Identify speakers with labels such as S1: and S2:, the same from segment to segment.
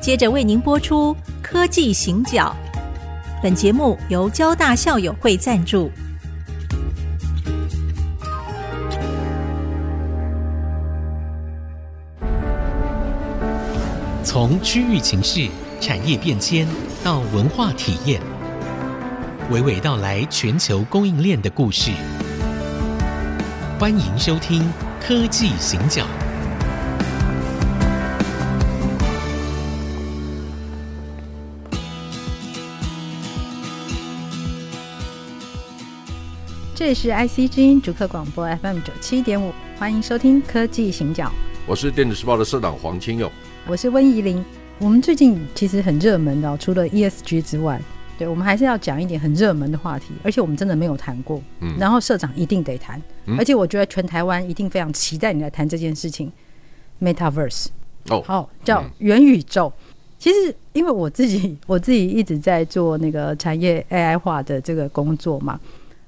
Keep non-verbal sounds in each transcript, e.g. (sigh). S1: 接着为您播出《科技行脚》。本节目由交大校友会赞助。
S2: 从区域情势、产业变迁到文化体验，娓娓道来全球供应链的故事。欢迎收听《科技行脚》。
S3: 这里是 IC 之音逐客广播 FM 九七点五，欢迎收听《科技行脚》，
S4: 我是电子时报的社长黄清勇。
S3: 我是温怡玲。我们最近其实很热门的、哦，除了 ESG 之外，对我们还是要讲一点很热门的话题，而且我们真的没有谈过。
S4: 嗯
S3: 然后社长一定得谈，
S4: 嗯
S3: 而且我觉得全台湾一定非常期待你来谈这件事情。Metaverse，
S4: 哦，
S3: 好、叫
S4: 嗯
S3: 元宇宙。其实因为我自己 (laughs) 我自己一直在做那个产业 AI 化的这个工作嘛，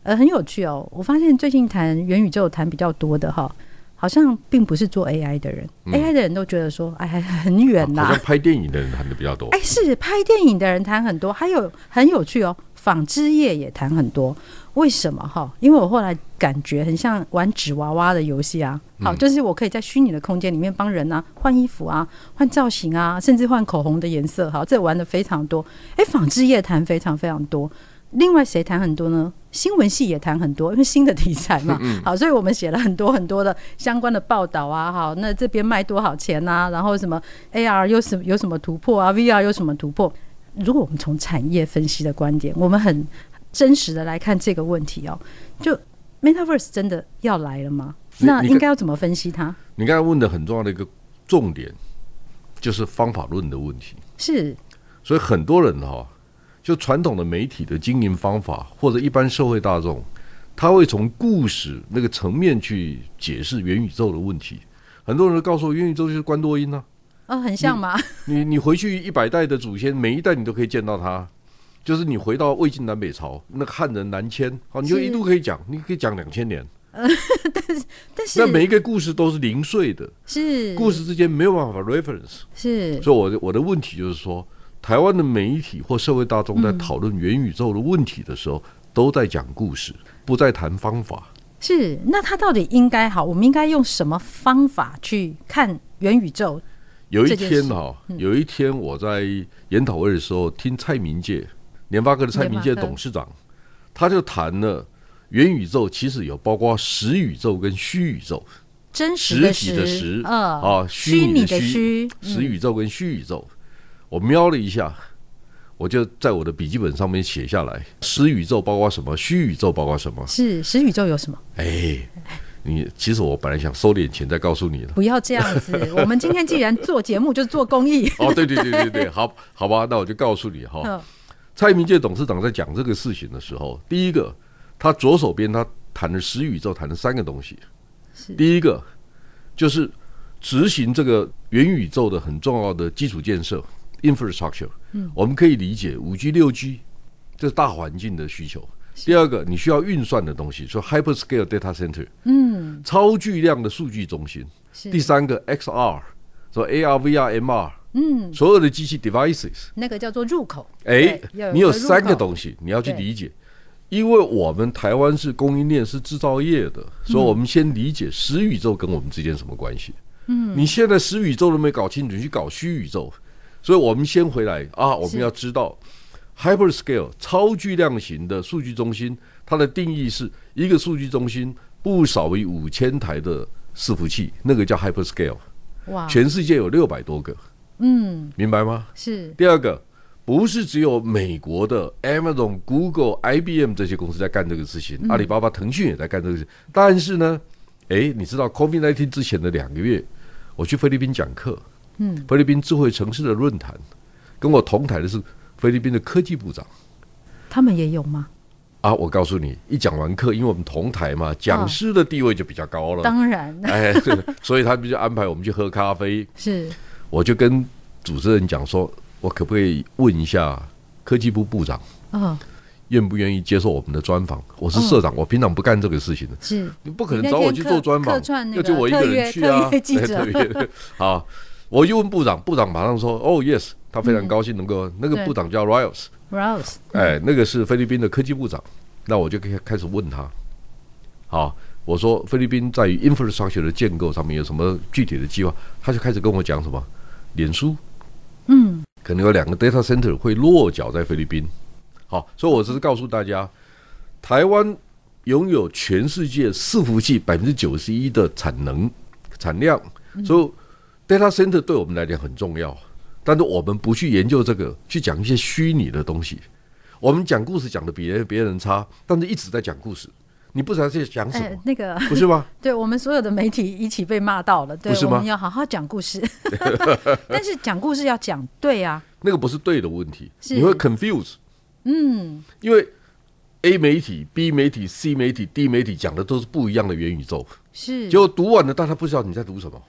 S3: 呃，很有趣哦。我发现最近谈元宇宙谈比较多的哈，好像并不是做 AI 的人、a i 的人都觉得说，哎，还很远呐、
S4: 嗯啊好像拍电影的人谈的比较多
S3: 哎，。是拍电影的人谈很多，还有很有趣哦，纺织业也谈很多。为什么哈？因为我后来感觉很像玩纸娃娃的游戏啊，好，就是我可以在虚拟的空间里面帮人啊换衣服啊、换造型啊，甚至换口红的颜色，好，这玩的非常多。哎，纺织业谈非常非常多。另外谁谈很多呢？新闻系也谈很多， (laughs) 因为新的题材嘛。
S4: 嗯
S3: 好，所以我们写了很多很多的相关的报道啊。好，那这边卖多少钱啊？然后什么 AR 有什有什么突破啊？VR 有什么突破？如果我们从产业分析的观点，我们很真实的来看这个问题哦，就 Metaverse 真的要来了吗？
S4: 你
S3: 那
S4: 你
S3: 应
S4: 看
S3: 该要怎么分析它？
S4: 你刚才问的很重要的一个重点，就是方法论的问题。
S3: 是
S4: 所以很多人哈、就传统的媒体的经营方法，或者一般社会大众，他会从故事那个层面去解释元宇宙的问题。很多人都告诉我，元宇宙就是关多音啊，
S3: 呃，很像吗？
S4: 你你回去一百代的祖先，每一代你都可以见到他。就是你回到魏晋南北朝，那个汉人南迁，好，你就是一路可以讲，你可以讲两千年。
S3: (laughs) 但是
S4: 那每一个故事都是零碎的，
S3: 是
S4: 故事之间没有办法 reference。
S3: 是
S4: 所以我的我的问题就是说，台湾的媒体或社会大众在讨论元宇宙的问题的时候，都在讲故事，不再谈方法。
S3: 是，那它到底应该好？我们应该用什么方法去看元宇宙？
S4: 有一
S3: 这件事嗯
S4: 天哈、有一天我在研讨会的时候，听蔡明介，联发科的蔡明介
S3: 联发科
S4: 董事长，他就谈了元宇宙其实有包括实宇宙跟虚宇宙。
S3: 真实
S4: 实
S3: 的
S4: 体
S3: 实，
S4: 的实，
S3: 呃，
S4: 啊，虚拟
S3: 拟
S4: 的
S3: 的
S4: 虚
S3: 虚，，
S4: 实宇宙跟虚宇宙。我瞄了一下，我就在我的笔记本上面写下来，实宇宙包括什么，虚宇宙包括什么。
S3: 是实宇宙有什么？
S4: 哎，你其实我本来想收敛钱再告诉你了。
S3: 不要这样子，
S4: (laughs)
S3: 我们今天既然做节目，就做公益。
S4: 哦，对对对对对，好，好吧，那我就告诉你哈、
S3: 嗯
S4: 蔡明介董事长在讲这个事情的时候，第一个，他左手边他谈了十宇宙，谈了三个东西。第一个就是执行这个元宇宙的很重要的基础建设 infrastructure。嗯，我们可以理解五 G、六 G 这是大环境的需求。第二个，你需要运算的东西，说 hyperscale data center，嗯，超巨量的数据中心。
S3: 是
S4: 第三个 XR，说 AR、VR、MR，嗯，所有的机器 devices，
S3: 那个叫做入口，
S4: 哎
S3: 对要，
S4: 你有
S3: 入口
S4: 三个东西你要去
S3: 对
S4: 理解，因为我们台湾是供应链是制造业的，所
S3: 嗯
S4: 以我们先理解实宇宙跟我们之间什么关系。嗯，你现在实宇宙都没搞清楚，你去搞虚宇宙，所以我们先回来啊，我们要知道 hyperscale 超巨量型的数据中心，它的定义是一个数据中心不少于五千台的伺服器，那个叫 hyperscale，
S3: 哇，
S4: 全世界有六百多个，嗯，明白吗？
S3: 是
S4: 第二个，不是只有美国的 Amazon、Google、IBM 这些公司在干这个事
S3: 嗯
S4: 情，阿里巴巴、腾讯也在干这个事情。但是呢，诶，你知道 COVID-19 之前的两个月，我去菲律宾讲课，嗯，菲律宾智慧城市的论坛，跟我同台的是菲律宾的科技部长。
S3: 他们也有吗？
S4: 啊，我告诉你，一讲完课，因为我们同台嘛，讲师的地位就比较高了。
S3: 啊当然
S4: (laughs)
S3: (laughs)
S4: 哎，对所以他们就安排我们去喝咖啡，
S3: 是
S4: 我就跟主持人讲说，我可不可以问一下科技部部长
S3: 哦，
S4: 愿不愿意接受我们的专访？我是社长，
S3: 嗯
S4: 我平常不干这个事情的，
S3: 是
S4: 你不可能找我去做专访
S3: 你那天客客，串那
S4: 要
S3: 个
S4: 就我一个人去啊。
S3: 特约特约记者
S4: 对特约 (laughs) 好，我一问部长，部长马上说：“哦，yes，他非常高兴能够。那个
S3: 嗯对嗯
S4: 部长叫 Rios，
S3: Rouse，
S4: 哎，那个是菲律宾的科技部长。那我就开开始问他，好，我说菲律宾在于 infrastructure 的建构上面有什么具体的计划？他就开始跟我讲什么，脸书，
S3: 嗯，
S4: 可能有两个 data center 会落脚在菲律宾。好，所以我只是告诉大家，台湾拥有全世界伺服器百分之九十一的产能产量，
S3: 嗯
S4: 所以 data center 对我们来讲很重要。但是我们不去研究这个，去讲一些虚拟的东西。我们讲故事讲的比人别人差，但是一直在讲故事，你不知道在讲什么，
S3: 哎，那个， (laughs)
S4: 不是吗？
S3: 对我们所有的媒体一起被骂到了，对，
S4: 不是
S3: 我
S4: 吗
S3: 们要好好讲故事， (laughs) 但是讲故事要讲对啊，
S4: 那个不是对的问题，
S3: 是
S4: 你会 confuse。嗯，因为 A 媒体、B 媒体、C 媒体、D 媒体讲的都是不一样的元宇宙，
S3: 是，
S4: 结果读完了，大家不知道你在读什么，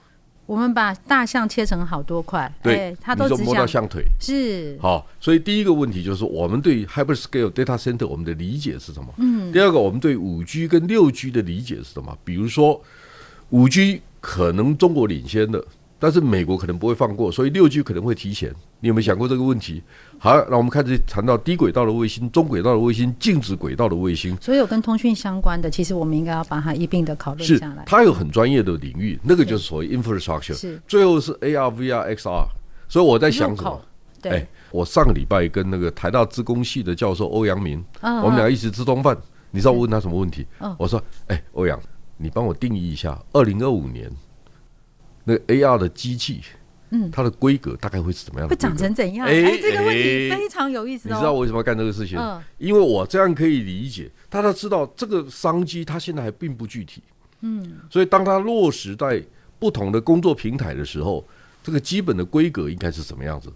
S3: 我们把大象切成好多块，
S4: 对
S3: 哎，他都
S4: 你就
S3: 只
S4: 摸到
S3: 讲
S4: 象腿。
S3: 是
S4: 好，所以第一个问题就是我们对 hyperscale data center 我们的理解是什么？嗯，第二个我们对五 G 跟六 G 的理解是什么？比如说五 G 可能中国领先的，但是美国可能不会放过，所以六 G 可能会提前。你有没有想过这个问题？好，那我们开始谈到低轨道的卫星、中轨道的卫星、静止轨道的卫星。
S3: 所有跟通讯相关的，其实我们应该要把它一并的讨论
S4: 是
S3: 下来。
S4: 它有很专业的领域，那个就是所谓 infrastructure，
S3: 是
S4: 最后是 AR、VR、XR。所以我在想
S3: 入
S4: 什么
S3: 口？对，
S4: 哎我上个礼拜跟那个台大资工系的教授欧阳明，
S3: 嗯
S4: 我
S3: 嗯
S4: 们俩一起吃中饭。你知道我问他什么问题？
S3: 嗯
S4: 我说：“哎，欧阳，你帮我定义一下，二零二五年那个 AR 的机器，
S3: 嗯
S4: 它的规格大概会是怎么样的
S3: 会
S4: 规格？”
S3: 长成怎样？
S4: 哎
S3: 哎、这个问题
S4: 哎
S3: 非常有意思
S4: 你
S3: 哦。
S4: 知道我为什么要干这个事情？
S3: 嗯
S4: 因为我这样可以理解，大家知道这个商机，它现在还并不具体。嗯，所以当它落实在不同的工作平台的时候，这个基本的规格应该是什么样子？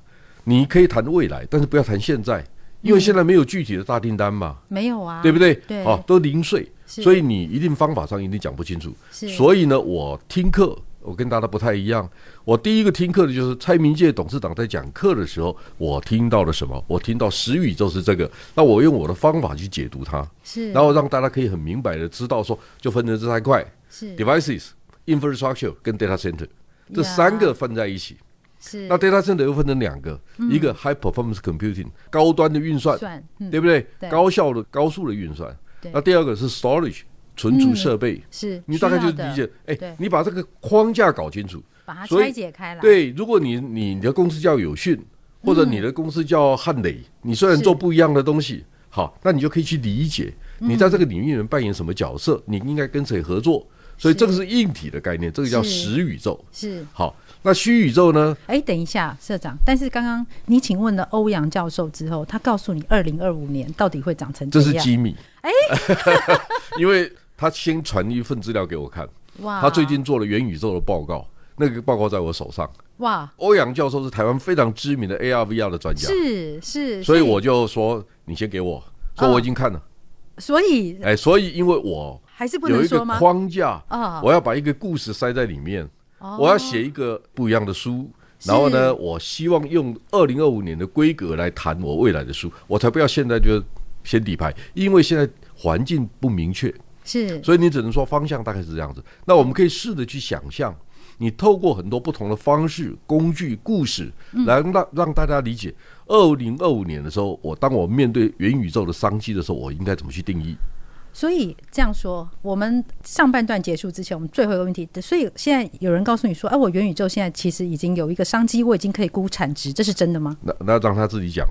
S4: 你可以谈未来，但是不要谈现在，因为
S3: 嗯
S4: 现在没有具体的大订单嘛，
S3: 没有啊？
S4: 对不对？
S3: 对
S4: 哦，都零碎，
S3: 是
S4: 所以你一定方法上一定讲不清楚。
S3: 是
S4: 所以呢，我听课，我跟大家不太一样。我第一个听课的就是蔡明介董事长在讲课的时候，我听到了什么？我听到十宇宙是这个，那我用我的方法去解读它，
S3: 是，
S4: 然后让大家可以很明白的知道说，就分成这三块
S3: 是
S4: ：devices、infrastructure 跟 data center 这
S3: 呀
S4: 三个分在一起。
S3: 是嗯
S4: 那 data center 又分成两个，一个 high performance computing 高端的运算，
S3: 算嗯
S4: 对不对？
S3: 对
S4: 高效的高速的运算
S3: 对。
S4: 那第二个是 storage 存储设备。
S3: 是，
S4: 你大概就
S3: 需要的
S4: 理解，哎
S3: 对，
S4: 你把这个框架搞清楚。
S3: 把它
S4: 所以
S3: 拆解开来。，嗯
S4: 对，如果你你的公司叫友讯，或者你的公司叫汉磊，你虽然
S3: 是嗯
S4: 做不一样的东西，好，那你就可以去理解你在这个领域能扮演什么角色，你应该跟谁合作。所以
S3: 是
S4: 这个是硬体的概念，这个叫
S3: 是
S4: 实宇宙。
S3: 是。
S4: 好，那虚宇宙呢？
S3: 哎，等一下，社长。但是刚刚你请问了欧阳教授之后，他告诉你二零二五年到底会长成
S4: 这
S3: 怎
S4: 是
S3: 样？哎
S4: 机密，
S3: (laughs)
S4: 因为他先传一份资料给我看，
S3: 哇！
S4: 他最近做了元宇宙的报告，那个报告在我手上。
S3: 哇，
S4: 欧阳教授是台湾非常知名的 AR、VR 的专家，
S3: 是是，
S4: 所以我就说你先给我，说
S3: 啊
S4: 我已经看了，
S3: 所以
S4: 哎，所以因为我
S3: 还是不
S4: 有
S3: 能
S4: 一个
S3: 说吗？
S4: 框架，
S3: 啊哦
S4: 我要把一个故事塞在里面，我要写一个不一样的书。然后呢，我希望用二零二五年的规格来谈我未来的书，我才不要现在就先底牌，因为现在环境不明确，
S3: 是
S4: 所以你只能说方向大概是这样子。那我们可以试着去想象，你透过很多不同的方式、工具、故事，来让让大家理解，二零二五年的时候，我当我面对元宇宙的商机的时候，我应该怎么去定义？
S3: 所以这样说，我们上半段结束之前，我们最后一个问题，所以现在有人告诉你说，哎、我元宇宙现在其实已经有一个商机，我已经可以估产值，这是真的吗？
S4: 那那让他自己讲，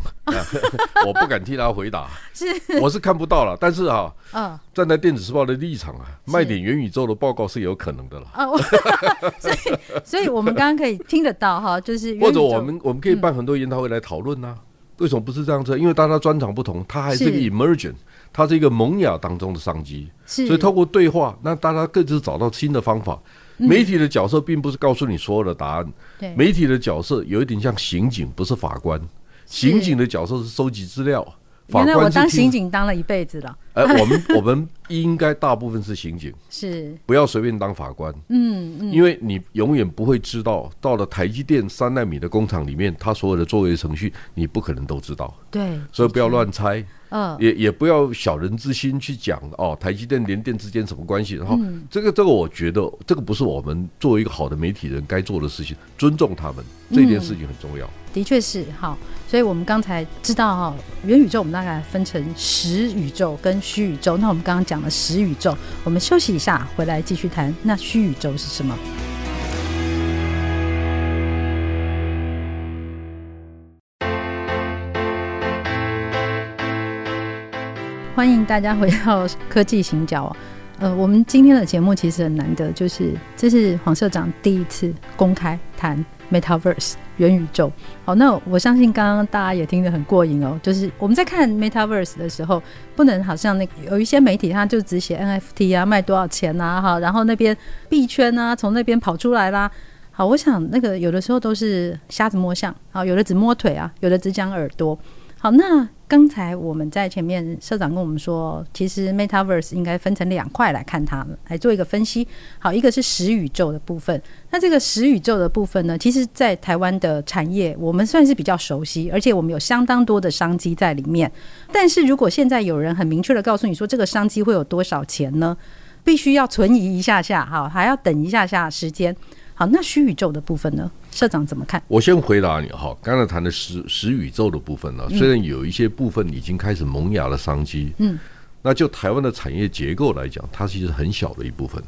S4: 我不敢替他回答，
S3: 是，
S4: 我是看不到了。但是啊，
S3: 嗯、
S4: 站在电子时报的立场啊，卖点元宇宙的报告是有可能的啦。
S3: 啊，我 (laughs) 所以所以我们刚刚可以听得到哈，就是嗯元
S4: 或
S3: 宇
S4: 者
S3: 宙
S4: 我们我们可以办很多研讨会来讨论呐、为什么不是这样子？因为大家专长不同，它还是一个
S3: 是
S4: emergent，它是一个萌芽当中的商机。
S3: 是
S4: 所以透过对话，那大家各自找到新的方法。媒体的角色并不是告诉你所有的答案，
S3: 嗯对
S4: 媒体的角色有一点像刑警，不是法官。刑警的角色是收集资料，法
S3: 原来我
S4: 官
S3: 当
S4: 是
S3: 刑
S4: 听。
S3: 警当了一辈子了，
S4: 哎、我们我们应该大部分是刑警，
S3: 是，
S4: 不要随便当法官，
S3: 嗯嗯，
S4: 因为你永远不会知道，到了台积电三纳米的工厂里面，它所有的作业程序，你不可能都知道，
S3: 对，
S4: 所以不要乱猜，
S3: 嗯，
S4: 也也不要小人之心去讲哦，台积电、联电之间什么关系？然后、
S3: 嗯
S4: 这个这个，我觉得这个不是我们作为一个好的媒体人该做的事情，尊重他们这
S3: 嗯
S4: 件事情很重要。
S3: 的确是好，所以我们刚才知道哈、元宇宙我们大概分成实宇宙跟虚宇宙。那我们刚刚讲了实宇宙，我们休息一下，回来继续谈。那虚宇宙是什么？欢迎大家回到科技行脚哦。呃，我们今天的节目其实很难得，就是这是黄社长第一次公开谈 Metaverse 元宇宙。好，那我相信刚刚大家也听得很过瘾哦。就是我们在看 Metaverse 的时候，不能好像那个有一些媒体他就只写 NFT 啊，卖多少钱啊，哈，然后那边币圈啊，从那边跑出来啦。好，我想那个有的时候都是瞎子摸象啊，有的只摸腿啊，有的只讲耳朵。好，那刚才我们在前面社长跟我们说，其实 Metaverse 应该分成两块来看它，来做一个分析。好，一个是实宇宙的部分，那这个实宇宙的部分呢，其实在台湾的产业，我们算是比较熟悉，而且我们有相当多的商机在里面。但是如果现在有人很明确的告诉你说这个商机会有多少钱呢？必须要存疑一下下，哈，还要等一下下时间。好，那虚宇宙的部分呢，社长怎么看？
S4: 我先回答你哈，刚才谈的十十宇宙的部分呢、虽然有一些部分已经开始萌芽的商机，
S3: 嗯，
S4: 那就台湾的产业结构来讲，它其实很小的一部分，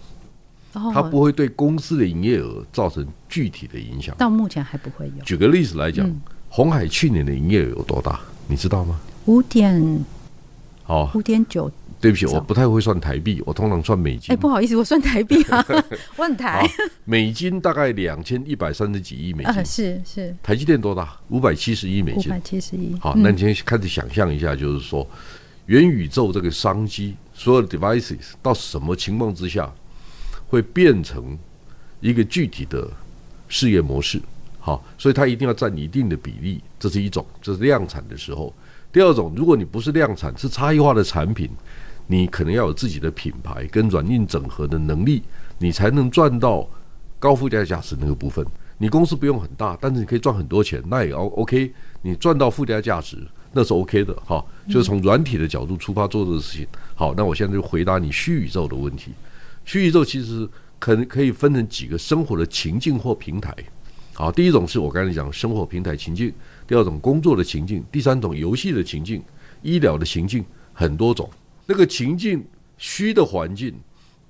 S4: 它
S3: 哦，
S4: 不会对公司的营业额造成具体的影响。
S3: 到目前还不会有
S4: 举个例子来讲，
S3: 嗯
S4: 红海去年的营业额有多大，你知道吗？
S3: 五点
S4: 哦，
S3: 五点九
S4: 对不起，
S3: 少
S4: 我不太会算台币，我通常算美
S3: 哎、
S4: 金。
S3: 不好意思，我算台币
S4: (laughs)
S3: 啊，我很台
S4: 啊，美金大概两千一百三十几亿美
S3: 啊，
S4: 金，
S3: 是是
S4: 台积电多大？五百七十亿美
S3: 五
S4: 金
S3: 百。七十一，
S4: 好，那你先开始想象一下，就是说，元宇宙这个商机，所有的 devices 到什么情况之下会变成一个具体的事业模式？好，所以它一定要占一定的比例，这是一种，这是量产的时候。第二种，如果你不是量产，是差异化的产品，你可能要有自己的品牌跟软硬整合的能力，你才能赚到高附加价值那个部分。你公司不用很大，但是你可以赚很多钱，那也 O OK。你赚到附加价值，那是 OK 的哈。就是从软体的角度出发做这个事情。好，那我现在就回答你虚宇宙的问题。虚宇宙其实可能可以分成几个生活的情境或平台。好，第一种是我刚才讲生活平台情境，第二种工作的情境，第三种游戏的情境，医疗的情境，很多种。那个情境虚的环境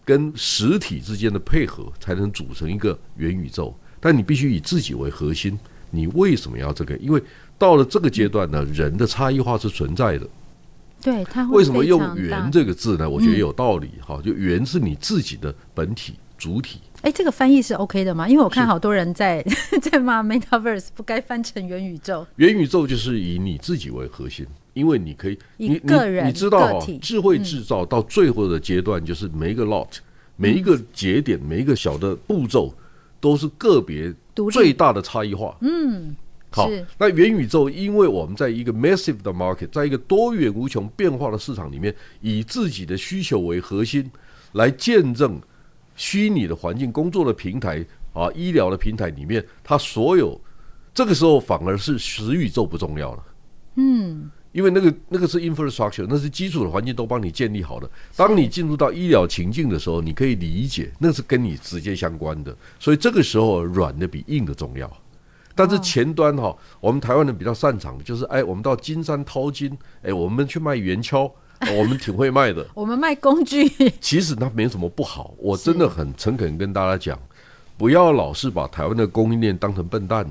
S4: 跟实体之间的配合，才能组成一个元宇宙。但你必须以自己为核心，你为什么要这个？因为到了这个阶段呢，人的差异化是存在的。
S3: 对，它会
S4: 为什么
S3: 哦非
S4: 用“
S3: 常大嗯
S4: 元”？这个字呢？我觉得有道理哈，就“元”是你自己的本体、主体。
S3: 哎、这个翻译是 OK 的吗？因为我看
S4: 是
S3: 好多人在 (laughs) 在骂 Metaverse 不该翻成元宇宙，
S4: 元宇宙就是以你自己为核心，因为你可以，
S3: 以
S4: 你
S3: 个人
S4: 你你知道
S3: 个体
S4: 哦，智慧制造到最后的阶段，就是每一个 lot、每一个节点、每一个小的步骤，都是个别
S3: 独立
S4: 最大的差异化。嗯，好
S3: 是，
S4: 那元宇宙，因为我们在一个 massive 的 market，在一个多元无穷变化的市场里面，以自己的需求为核心，来见证虚拟的环境、工作的平台啊、医疗的平台里面，它所有这个时候反而是实宇宙不重要了。嗯，因为那个那个是 infrastructure，那是基础的环境都帮你建立好了。当你进入到医疗情境的时候，你可以理解那是跟你直接相关的，所以这个时候软的比硬的重要。但是前端哈、我们台湾人比较擅长的就是，哎，我们到金山淘金，哎，我们去卖圆锹，呃我们挺会卖的。
S3: 我们卖工具， (laughs)
S4: 其实它没什么不好，我真的很诚恳跟大家讲，不要老是把台湾的供应链当成笨蛋，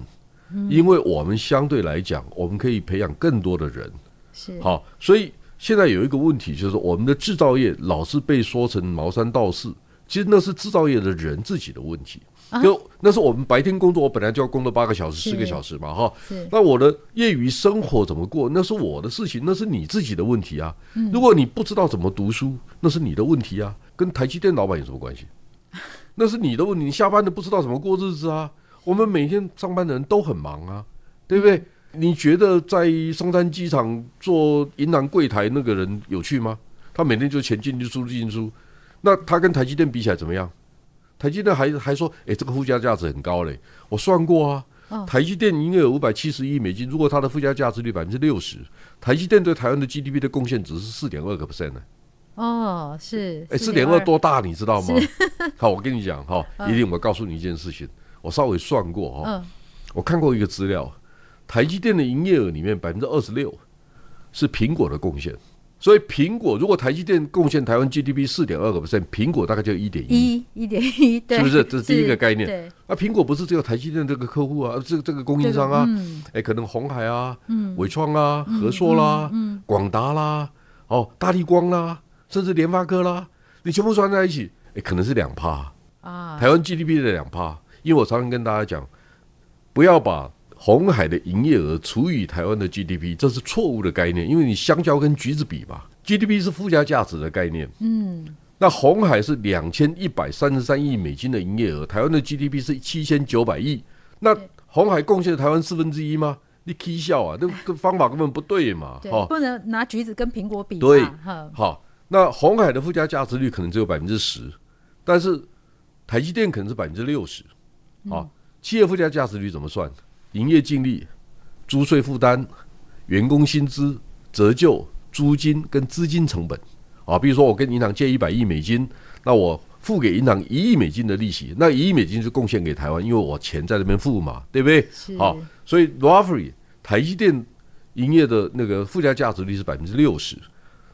S4: 因为我们相对来讲，我们可以培养更多的人。
S3: 是
S4: 好，所以现在有一个问题就是，我们的制造业老是被说成茅山道士，其实那是制造业的人自己的问题。就那是我们白天工作，我本来就要工作八个小时、
S3: 是
S4: 十个小时嘛，哈
S3: 是。
S4: 那我的业余生活怎么过，那是我的事情，那是你自己的问题啊。如果你不知道怎么读书，那是你的问题啊，跟台积电老板有什么关系？那是你的问题，你下班都不知道怎么过日子啊。我们每天上班的人都很忙啊，对不对？你觉得在松山机场做银行柜台那个人有趣吗？他每天就钱进进出进出。那他跟台积电比起来怎么样？台积电还还说，哎、这个附加价值很高嘞，我算过啊。台积电营业额五百七十亿美金，如果它的附加价值率百分之六十，台积电对台湾的 GDP 的贡献值是四点二个 percent 呢。
S3: 哦，是，
S4: 哎，四
S3: 4.2
S4: 点二嗯多大你知道吗？ (laughs) 好，我跟你讲哈，一定我告诉你一件事情，我稍微算过哈，
S3: 嗯
S4: 我看过一个资料，台积电的营业额里面百分之二十六是苹果的贡献，所以苹果如果台积电贡献台湾 GDP 四点二个 percent，苹果大概就一点一。
S3: 一一点一，对，
S4: 是不是这是第一个概念
S3: 对，
S4: 啊，苹果不是只有台积电这个客户啊，呃这这个供应商啊，
S3: 嗯
S4: 哎、可能红海啊，伟创啊，和硕啦，广达啦，哦，大力光啦，甚至联发科啦，你全部算在一起，哎，可能是两趴，
S3: 啊，
S4: 台湾 GDP 的两趴。因为我常常跟大家讲，不要把红海的营业额除以台湾的 GDP，这是错误的概念，因为你香蕉跟橘子比嘛，GDP 是附加价值的概念。
S3: 嗯，
S4: 那红海是两千一百三十三亿美金的营业额，台湾的 GDP 是七千九百亿。那红海贡献了台湾四分之一吗？你 K 笑啊，那个方法根本不对嘛，
S3: 对
S4: 哈，
S3: 不能拿橘子跟苹果比嘛，
S4: 对
S3: 哈，
S4: 好，那红海的附加价值率可能只有百分之十，但是台积电可能是百分之六十。啊，企业附加价值率怎么算？营业净利、租税负担、员工薪资、折旧、租金跟资金成本。啊，比如说我跟银行借一百亿美金，那我付给银行一亿美金的利息，那一亿美金就贡献给台湾，因为我钱在那边付嘛，对不对？
S3: 是
S4: 好，所以 roughly 台积电营业的那个附加价值率是百分之六十，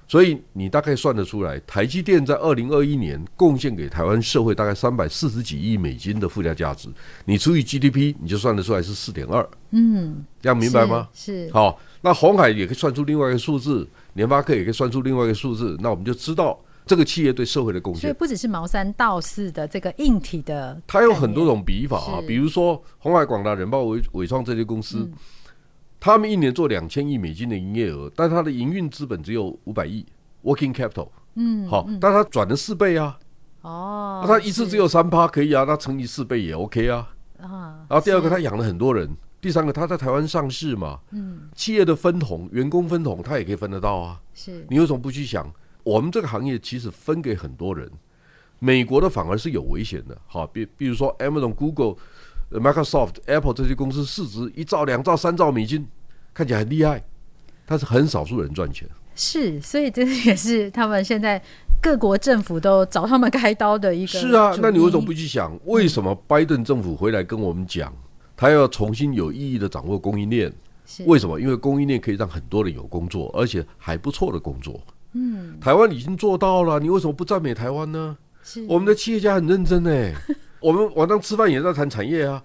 S4: 所以你大概算得出来，台积电在二零二一年贡献给台湾社会大概三百四十几亿美金的附加价值，你除以 GDP，你就算得出来是四点二，
S3: 嗯，
S4: 这样明白吗？
S3: 是？是，
S4: 好，那红海也可以算出另外一个数字，联发科也可以算出另外一个数字，那我们就知道这个企业对社会的贡
S3: 所以
S4: 献。
S3: 不只是毛三到四的这个硬体的，
S4: 它有很多种比法啊
S3: 是，
S4: 比如说红海、广达、人保、伟伟创这些公司，他们一年做两千亿美金的营业额，但它的营运资本只有五百亿 working capital。嗯，好，但它转了四倍啊，
S3: 哦
S4: 那，它一次只有三趴可以啊，那乘以四倍也 OK 啊。
S3: 啊，
S4: 然后第二个，他养了很多人；第三个，他在台湾上市嘛，嗯，企业的分红、员工分红，他也可以分得到啊。
S3: 是
S4: 你为什么不去想？我们这个行业其实分给很多人，美国的反而是有危险的。好，比比如说 Amazon、Google、呃 Microsoft、Apple 这些公司市值一兆、两兆、三兆美金，看起来很厉害，但是很少数人赚钱。
S3: 是，所以这也是他们现在各国政府都找他们开刀的一个
S4: 是啊，
S3: 主
S4: 那你为什
S3: 因
S4: 么不去想，为什么拜登政府回来跟我们讲，他要重新有意义的掌握供应链？
S3: 是
S4: 为什么？因为供应链可以让很多人有工作，而且还不错的工作。嗯，台湾已经做到了，你为什么不赞美台湾呢？
S3: 是
S4: 我们的企业家很认
S3: (laughs)
S4: 真哎，我们晚上吃饭也在谈产业啊。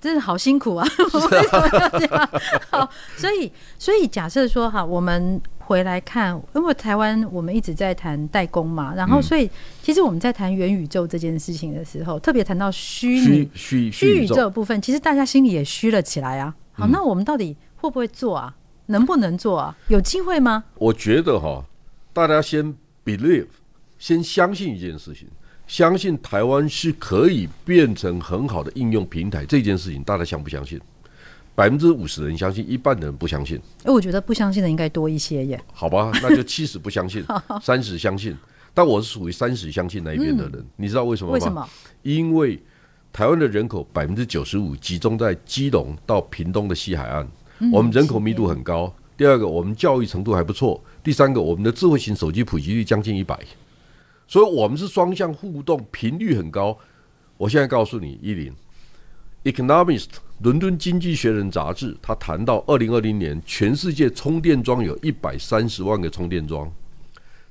S3: 真的好辛苦啊！我为什么要这样？好，所以所以假设说哈，我们回来看，因为台湾我们一直在谈代工嘛，然后
S4: 嗯
S3: 所以、其实我们在谈元宇宙这件事情的时候，特别谈到虚拟
S4: 虚虚
S3: 虚
S4: 宇嗯
S3: 宇宙的部分，其实大家心里也虚了起来啊。好，那我们到底会不会做啊？能不能做啊？有机会吗？
S4: 我觉得哈，大家先 believe，先相信一件事情，相信台湾是可以变成很好的应用平台这件事情，大家相不相信？百分之五十的人相信，一半的人不相信，
S3: 哎，我觉得不相信的应该多一些耶。
S4: 好
S3: (laughs)
S4: 吧？那就七十不相信，三十相信。但我是属于三十相信那一边的人，你知道为什么吗？
S3: 嗯为什么？
S4: 因为台湾的人口百分之九十五集中在基隆到屏东的西海岸，我们人口密度很高。第二个，我们教育程度还不错。第三个，我们的智慧型手机普及率将近一百，所以我们是双向互动，频率很高。我现在告诉你，依林，《Economist》伦敦经济学人杂志，他谈到二零二零年全世界充电桩有一百三十万个充电桩，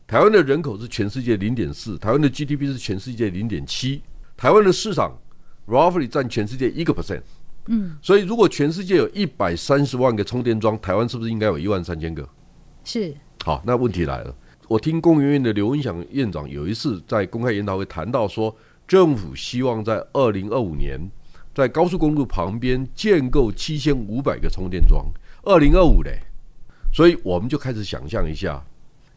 S4: 台湾的人口是全世界零点四，台湾的 GDP 是全世界零点七，台湾的市场 roughly 占全世界一个 percent。嗯，所以如果全世界有一百三十万个充电桩，台湾是不是应该有一万三千个？
S3: 是
S4: 好，那问题来了，我听工研院的刘文祥院长有一次在公开研讨会谈到说，政府希望在二零二五年在高速公路旁边建构七千五百个充电桩，二零二五嘞，所以我们就开始想象一下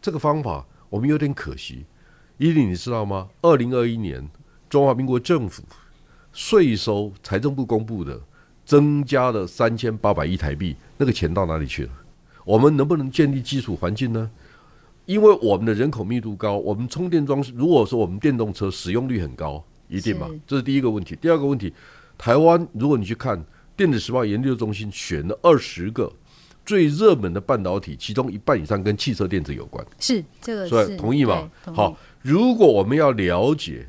S4: 这个方法，我们有点可惜。伊林，你知道吗？二零二一年中华民国政府税收财政部公布的增加了三千八百亿台币，那个钱到哪里去了？我们能不能建立基础环境呢？因为我们的人口密度高，我们充电桩是如果说我们电动车使用率很高，一定嘛
S3: 是，
S4: 这是第一个问题。第二个问题，台湾如果你去看《电子时报》研究中心选了二十个最热门的半导体，其中一半以上跟汽车电子有关，
S3: 是这个
S4: 所
S3: 是
S4: 以同意吗？
S3: 对同意
S4: 好，如果我们要了解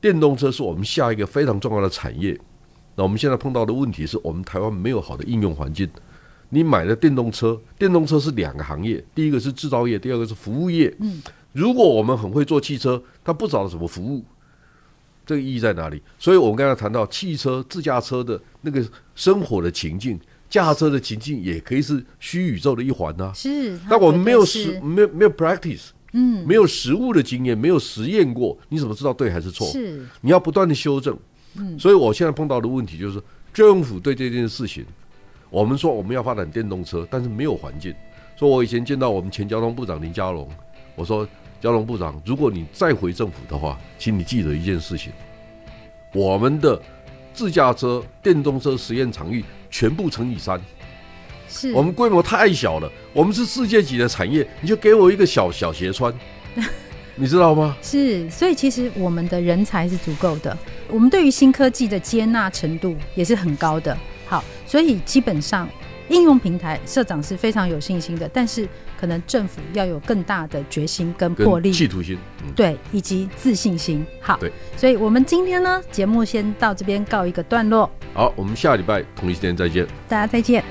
S4: 电动车是我们下一个非常重要的产业，那我们现在碰到的问题是我们台湾没有好的应用环境。你买了电动车，电动车是两个行业，第一个是制造业，第二个是服务业。嗯，如果我们很会做汽车，它不找什么服务，这个意义在哪里？所以我们刚才谈到汽车、自驾车的那个生活的情境，驾车的情境也可以是虚宇宙的一环呐、啊
S3: 是，它
S4: 但我们
S3: 绝对
S4: 没有
S3: 是
S4: 实没有没有 practice，嗯，没有实物的经验，没有实验过，你怎么知道对还是错？
S3: 是
S4: 你要不断的修正。嗯，所以我现在碰到的问题就是，政府对这件事情，我们说我们要发展电动车，但是没有环境。所以我以前见到我们前交通部长林佳龙，我说交通部长，如果你再回政府的话，请你记得一件事情，我们的自驾车、电动车实验场域全部乘以三。
S3: 是
S4: 我们规模太小了，我们是世界级的产业，你就给我一个小小鞋穿，你知道吗？
S3: 是，所以其实我们的人才是足够的，我们对于新科技的接纳程度也是很高的。好，所以基本上应用平台社长是非常有信心的，但是可能政府要有更大的决心跟魄力
S4: 跟。企图心，嗯，
S3: 对，以及自信心。好
S4: 对，
S3: 所以我们今天呢，节目先到这边告一个段落，
S4: 好，我们下礼拜同一时间再见。
S3: 大家再见。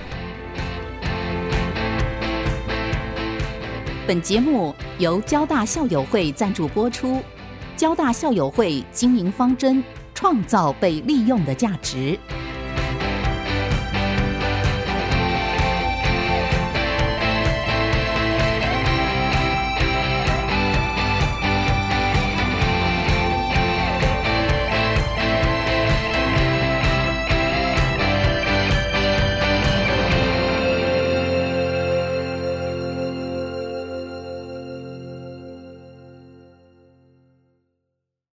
S5: 本节目由交大校友会赞助播出。交大校友会经营方针：创造被利用的价值。